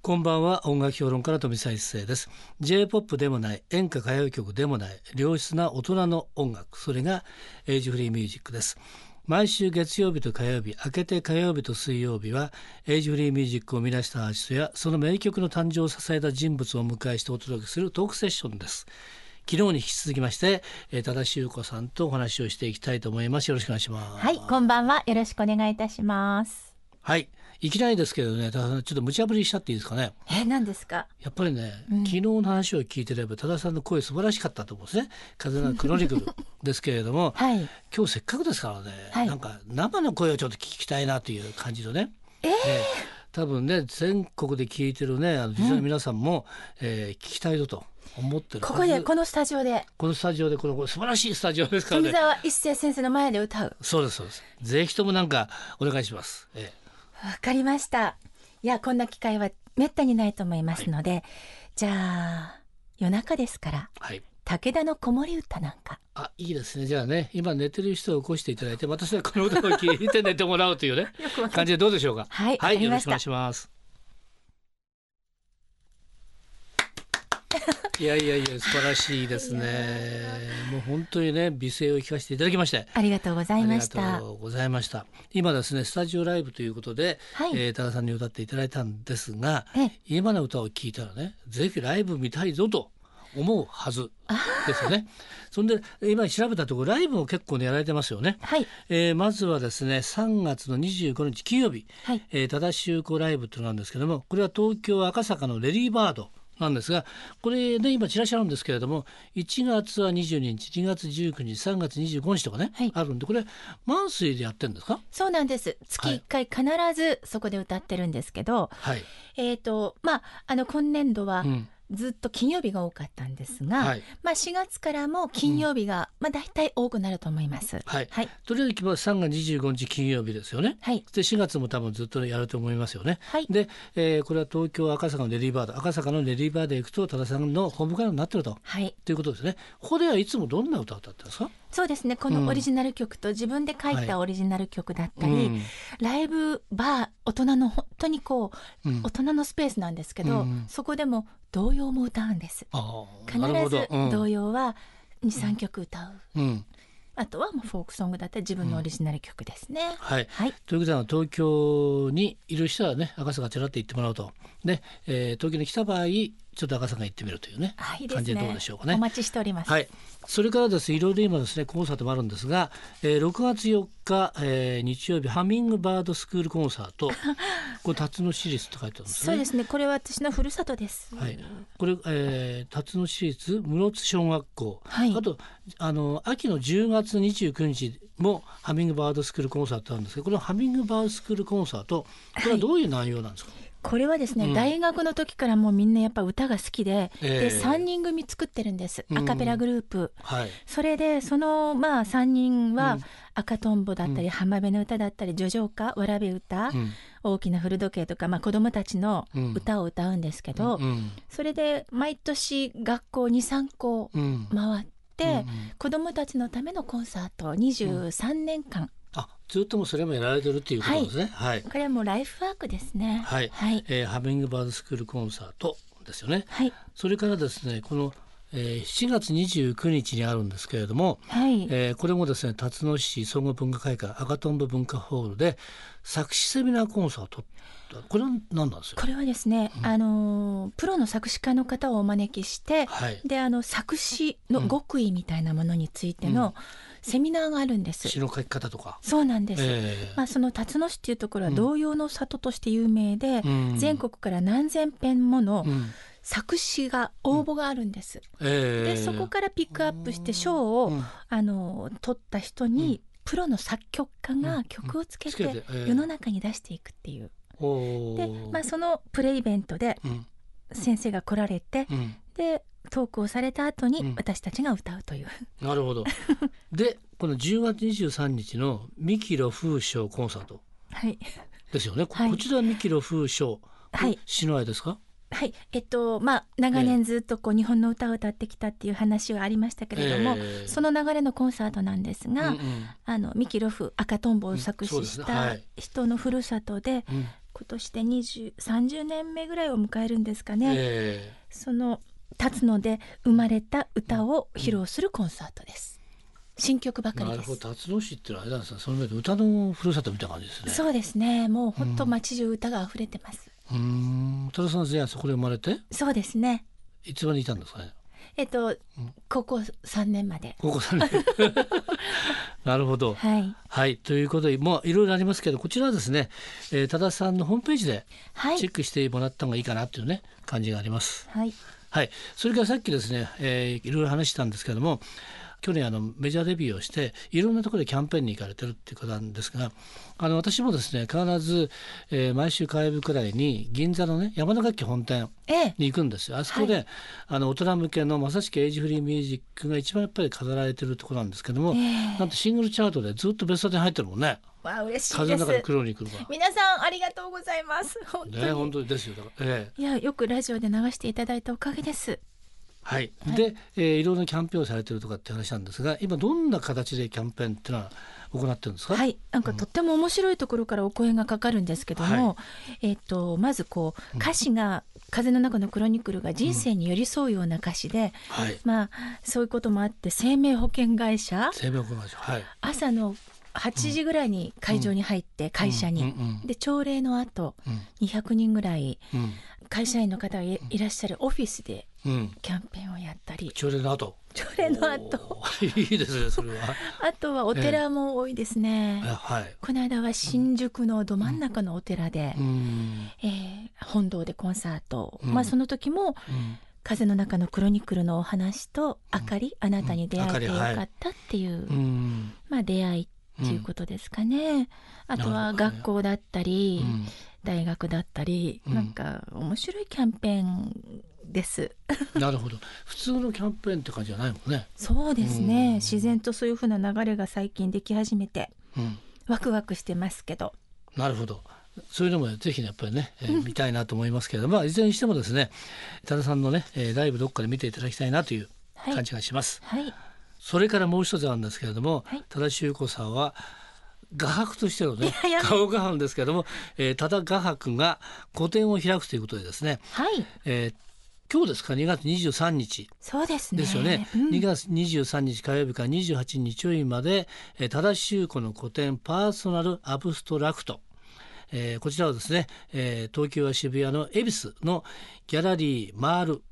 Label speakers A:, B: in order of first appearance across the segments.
A: こんばんは音楽評論家の富澤一世です J-POP でもない演歌歌謡曲でもない良質な大人の音楽それがエイジフリーミュージックです毎週月曜日と火曜日明けて火曜日と水曜日はエイジフリーミュージックを生み出したアーティストやその名曲の誕生を支えた人物をお迎えしてお届けするトークセッションです昨日に引き続きまして、えー、忠志優子さんとお話をしていきたいと思いますよろしくお願いします
B: はい、こんばんは。よろしくお願いいたします。
A: はいいきなりですけどね多田さんちょっと無茶ぶりしちゃっていいですかね
B: え、何ですか。
A: やっぱりね、
B: うん
A: 昨日の話を聞いてれば多田さんの声素晴らしかったと思うんですね風のクロニク ルですけれども
B: はい。
A: 今日せっかくですからね、
B: はい
A: なんか生の声をちょっと聞きたいなという感じのね、え多分ね全国で聞いてるねあの実際の皆さんも、えー聞きたいぞと思ってる
B: ここで、
A: こ
B: このスタジオで、
A: このスタジオでこのこの素晴らしいスタジオですから
B: 富
A: ね
B: 澤一世先生の前で歌う。
A: そうですそうですぜひともなんかお願いします、え
B: わかりました。いや、こんな機会はめったにないと思いますので、じゃあ、夜中ですから、
A: ーはい
B: 武田の子守歌なんか。
A: あいいですねじゃあね今寝てる人を起こしていただいて私はこの歌を聴いて寝てもらうというね
B: よくわ
A: 感じでどうでしょうか
B: はい、わ
A: は
B: か
A: い
B: り
A: よろ
B: ま
A: し
B: し
A: くお願
B: た
A: い。しますいやいやいや素晴らしいです
B: いや
A: ねもう本当にね美声を聞かせていただきまして
B: ありがとうござ
A: あ
B: い
A: り
B: ま
A: が
B: した
A: と。うございました今ですねスタジオライブということで、
B: はい
A: えー多田さんに歌っていただいたんですが
B: ええ
A: 今の歌を聴いたらねぜひライブ見たいぞと思うはずですよねそんで今調べたところライブも結構ねやられてますよね、
B: はい、
A: えーまずはですね3月の25日金曜日
B: はい、
A: えー、ただ修子ライブというのなんですけどもこれは東京赤坂のレディーバードなんですがこれね今チラシあるんですけれども1月は22日2月19日3月25日とかね、
B: はい
A: あるんでこれマンスリーでやってるんですか
B: そうなんです。月一回必ずそこで歌ってるんですけど、
A: はい、
B: えっ、と、まあ、あの今年度は
A: うん
B: ずっと金曜日が多かったんですが、
A: はい
B: まあ4月からも金曜日が、まあ大体多くなると思います。
A: はい、
B: はい。
A: とりあえず今日は3月25日金曜日ですよね。
B: はい。
A: で4月も多分ずっとやると思いますよね。
B: はい。
A: で、えーこれは東京赤坂のレディーバード赤坂のレディーバードへ行くと多田さんのホームカラーになってると
B: はい。
A: ということですね。ここではいつもどんな歌を歌ってるんですか、
B: そうですね。こ
A: うん
B: のオリジナル曲と自分で書い
A: はい
B: たオリジナル曲だった
A: う
B: り、
A: ん
B: ライブバー、大人の本当にこう、
A: うん
B: 大人のスペースなんですけど、
A: うん
B: そこでも童謡も歌うんです。
A: あー
B: 必
A: なるほ
B: ず
A: どうん
B: 童謡は2、3曲歌う。
A: うん、
B: あとはもうフォークソングだったり自分のオリジナル曲ですね。
A: はい。
B: はい。
A: ということは東京にいる人はね赤坂ちらっと行ってもらうと、ねえー東京に来た場合ちょっと赤坂行ってみるというね
B: あいいです
A: 感
B: ね。
A: じでどうでしょうかね
B: お。待ちしております。
A: はい、それからですねいろいろ今ですねコンサートもあるんですが、えー6月4日、えー日曜日ハミングバードスクールコンサー トこれ辰野市立って書いてあるんです
B: そう
A: ね。
B: ですね。これは私の故郷です。
A: はい、これ、えー、辰野市立室津小学校、
B: はい
A: あとあの秋の10月29日もハミングバードスクールコンサートあるんですけどこのハミングバードスクールコンサートこれはどういう内容なんですか、
B: これはですね、
A: うん
B: 大学の時からもうみんなやっぱ歌が好きで、
A: ええ
B: で三人組作ってるんです。
A: うん
B: アカペラグループ。
A: はい
B: それでそのまあ三人
A: う
B: は
A: ん
B: 赤とんぼだった
A: う
B: り浜辺の歌だったり叙情歌、わらび歌、
A: うん
B: 大きな古時計とかまあ子供たちの
A: うん
B: 歌を歌うんですけど、
A: うん
B: それで毎年学校二三校
A: うん
B: 回
A: うんう
B: って。
A: ん
B: 子どもたちのためのコンサート23年間、
A: あずっともうそれもやられてるっていうことなんですねはい、
B: これはもうライフワークですね
A: はい
B: はい、
A: えーハミングバードスクールコンサートですよね
B: はい
A: それからですねこの、えー7月29日にあるんですけれども、
B: はい
A: えーこれもですね辰野市総合文化会館赤とんぼ文化ホールで作詞セミナーコンサートこれは何なんですか
B: これはですね、あのープロの作詞家の方をお招きして、
A: はい
B: であの作詞の極意みたいなものについてのセミナーがあるんです、
A: 詩の書き方とか、
B: そうなんです、
A: えー
B: まあ、その辰野市っていうところは
A: うん
B: 童謡の里として有名で、
A: うん
B: 全国から何千編もの
A: うん
B: 作詞が応募があるんです、
A: えー
B: でそこからピックアップして賞を
A: うん
B: あの取った人に、プロの作曲家が曲をつけ
A: つけ
B: て
A: て、えー
B: 世の中に出していくっていう。
A: お
B: で
A: ー、
B: まあ、そのプレイベントで
A: うん
B: 先生が来られて
A: うん
B: でトークをされた後
A: うん
B: に私たちが歌う という、
A: なるほ どでこの10月23日のミキロ風賞コンサート
B: はい
A: ですよねこ,、
B: はい
A: ちらはミキロ風賞
B: はい
A: 詩の愛ですか
B: はいえっとまあ長年ずっとこう日本の歌を歌ってきたっていう話はありましたけれども、
A: えー
B: その流れのコンサートなんですが、
A: うん
B: あの三木ロフ赤とんぼを作
A: うんそう
B: 詞
A: です
B: し
A: ねは
B: た
A: い
B: 人のふるさとで
A: うんうん
B: こ今年で20 30年目ぐらいを迎えるんですかね、
A: え
B: その辰野で生まれた歌を披露するコンサートです、新曲ば
A: え
B: か
A: な
B: り
A: る
B: で
A: ほ
B: す
A: ど辰野市ってのはあれなんですかその上で歌のふるさとみたいな感じですね
B: そうですねもう本当
A: うん
B: 街中歌が溢れてます、
A: うーん多田さんはじゃあそこで生まれて
B: そうですね
A: いつまでいたんですか ね
B: えっと、高校3年まで
A: 高校3年なるほど
B: はい
A: はいということでもういろいろありますけどこちらはですね、えー、多田さんのホームページで
B: は
A: チェ
B: い
A: ックしてもらった方がいいかなっていうね感じがあります
B: はい
A: はいそれからさっきですね、えーいろいろ話したんですけども去年あのメジャーデビューをしていろんなところでキャンペーンに行かれてるっていうことなんですがあの私もですね必ず、えー毎週火曜日くらいに銀座のね山田楽器本店
B: ええ
A: に行くんですよあそこで、あの大人向けのまさしくエイジフリーミュージックが一番やっぱり飾られてるとこなんですけども、
B: ええ
A: なんとシングルチャートでずっとベスト10入ってるもんね
B: わあ嬉しい
A: 風
B: で
A: の中です黒に来るか
B: 皆さんありがとうございます本当
A: ら
B: に、
A: ね本当ですよだから、ええ
B: いやよくラジオで流していただいたおかげです
A: はい、で、えー、いろんなキャンペーンをされてるとかって話なんですが今どんな形でキャンペーンってのは行ってるんですか、
B: はい、なんかとっても面白いところからお声がかかるんですけども、えっ、とまずこう歌詞が「風の中のクロニクル」が人生に寄り添うような歌詞で、
A: はい
B: まあそういうこともあって生命保険会社
A: 生命保険会社はい
B: 朝の8時ぐらいに会場に入って会社に、
A: うんうん
B: で朝礼の後
A: うん
B: 200人ぐらい
A: うん
B: 会社員の方がいいらっしゃるオフィスで
A: うん
B: キャンペーンをやったり
A: 朝礼の 後
B: 朝礼の後
A: おーいいですねそれは
B: あとはお寺も多いですね。
A: えはい
B: この間は新宿のど真ん中のお寺で、
A: うん
B: えー本堂でコンサート、
A: うん
B: まあその時も
A: うん
B: 「風の中のクロニクル」のお話と「明かり、あなたに出会えてよかった」っていう、
A: うん
B: まあ出会いっていうことですかね、あと
A: なるほ
B: は
A: どね
B: 学校だったり、
A: うん
B: 大学だったり、
A: うん
B: なんか面白いキャンペーンです。
A: なるほど普通のキャンペーンって感じじゃないもんね、
B: そうですね、
A: うん
B: 自然とそういうふうな流れが最近でき始めて
A: うん、
B: ワクワクしてますけど
A: なるほどそういうのもぜひねやっぱりね、えー見たいなと思いますけれども、まあ、いずれにしてもですね多田さんのね、えーライブどっかで見ていただきたいなという
B: はい
A: 感じがします、
B: はい
A: それからもう一つなんですけれども、
B: はい
A: 多田修子さんは画伯としてのね
B: いやいや
A: 顔画伯ですけれども、えー、多田画伯が個展を開くということでですね、
B: はい
A: えー今日ですか2月23日
B: そうですね
A: ですよね、
B: うん
A: 2月23日火曜日から28日曜日まで、えー、多田修子の古典パーソナルアブストラクト、えーこちらはですね、えー東京は渋谷の恵比寿のギャラリーマール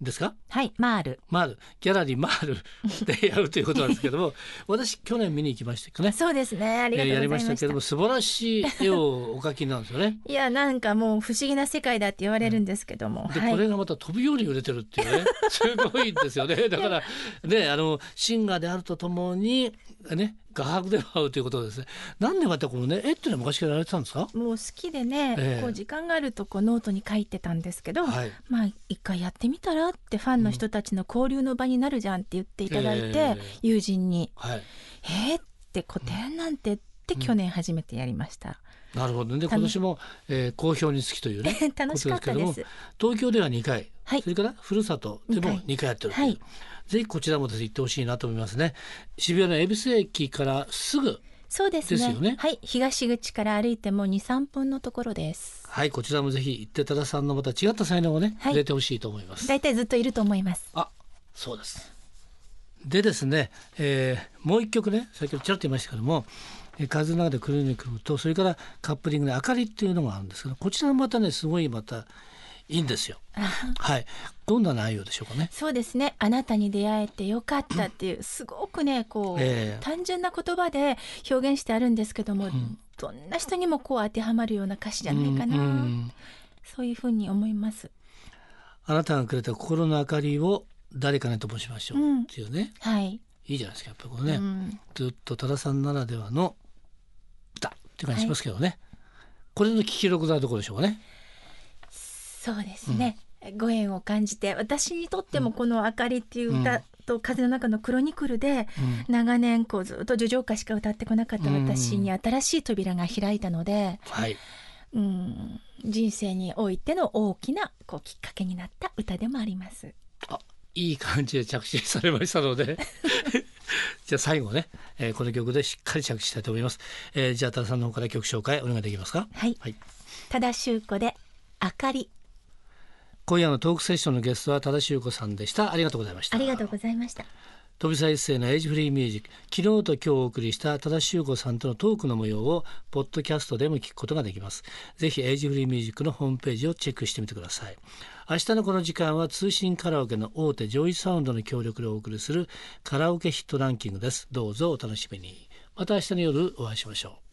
A: ですか
B: はいマール
A: マールギャラリーマール でやるということなんですけども私去年見に行きましたけどね
B: そうですねありが
A: え
B: と
A: ーや
B: うござい
A: りま
B: ま
A: し
B: したた
A: けども素晴らしい絵をお描きになるんですよね。
B: いやなんかもう不思議な世界だって言われるんですけども、
A: で、
B: はい
A: これがまた飛ぶように売れてるっていう ねすごいんですよねだからねあのシンガーであるとともにね画伯でもあるということですねなんでまたこのね絵っていうのは昔からやられてたんですか
B: もう好きでね、
A: ええ
B: こう時間があるとこうノートに書いてたんですけど、
A: はい
B: まあ一回やってみたらってファンの人たちの交流の場になるじゃんって言っていただいて、
A: ええ
B: 友人に
A: はい
B: 「えー、って古典なんて」って去年初めてやりました、
A: なるほどねで
B: 楽
A: 今年も、えー好評につきというね
B: 楽しかった
A: こ
B: で
A: と
B: す
A: けども東京では2回、
B: はい
A: それからふるさとでも
B: 二
A: 2回やってるという、
B: はい
A: ぜひこちらもですね行ってほしいなと思いますね渋谷の恵比寿駅からすぐ
B: そうですね
A: ですよね
B: はい東口から歩いても23分のところです
A: はいこちらもぜひ行って多田さんのまた違った才能をね、
B: はい
A: 入れてほしいと思います
B: 大体ずっといると思います
A: あそうです。でですね、えーもう一曲ね先ほどちらっと言いましたけども「えー風の中でクルニクル」とそれからカップリングの「明かり」っていうのがあるんですけどこちらもまたねすごいまたいいん ですよ。はい、どんな内容でしょうかね。
B: そうですね。あなたに出会えてよかったっていう、すごくね、こう、
A: ええ
B: 単純な言葉で表現してあるんですけども、
A: ん
B: どんな人にもこう当てはまるような歌詞じゃないかな。
A: うんうん
B: そういうふうに思います。
A: あなたがくれた心の明かりを誰かに灯しましょ
B: う
A: うんっていうね、
B: はい。
A: いいじゃないですかやっぱりこのね、
B: うん
A: ずっと多田さんならではの歌って感じしますけどね、これの聞きどころはどこでしょうかね。
B: そうですね。ご縁を感じて、私にとってもこの明かりっていう
A: う
B: 歌
A: ん
B: と風の中のクロニクルで、
A: うん
B: 長年こうずっと叙情歌しか歌ってこなかった私に新しい扉が開いたので、
A: はい
B: うん、人生においての大きなこうきっかけになった歌でもあります。
A: いい感じで着地されましたので じゃあ最後ね、えーこの曲でしっかり着地したいと思います、えーじゃあ多田さんの方から曲紹介お願いできますか
B: はい、
A: はい
B: 多田修子で明かり
A: 今夜のトークセッションのゲストは多田修子さんでしたありがとうございました
B: ありがとうございました
A: 飛び再生のエイジフリーミュージック昨日と今日お送りした多田修子さんとのトークの模様をポッドキャストでも聞くことができますぜひエイジフリーミュージックのホームページをチェックしてみてください明日のこの時間は通信カラオケの大手上位サウンドの協力でお送りするカラオケヒットランキングですどうぞお楽しみにまた明日の夜お会いしましょう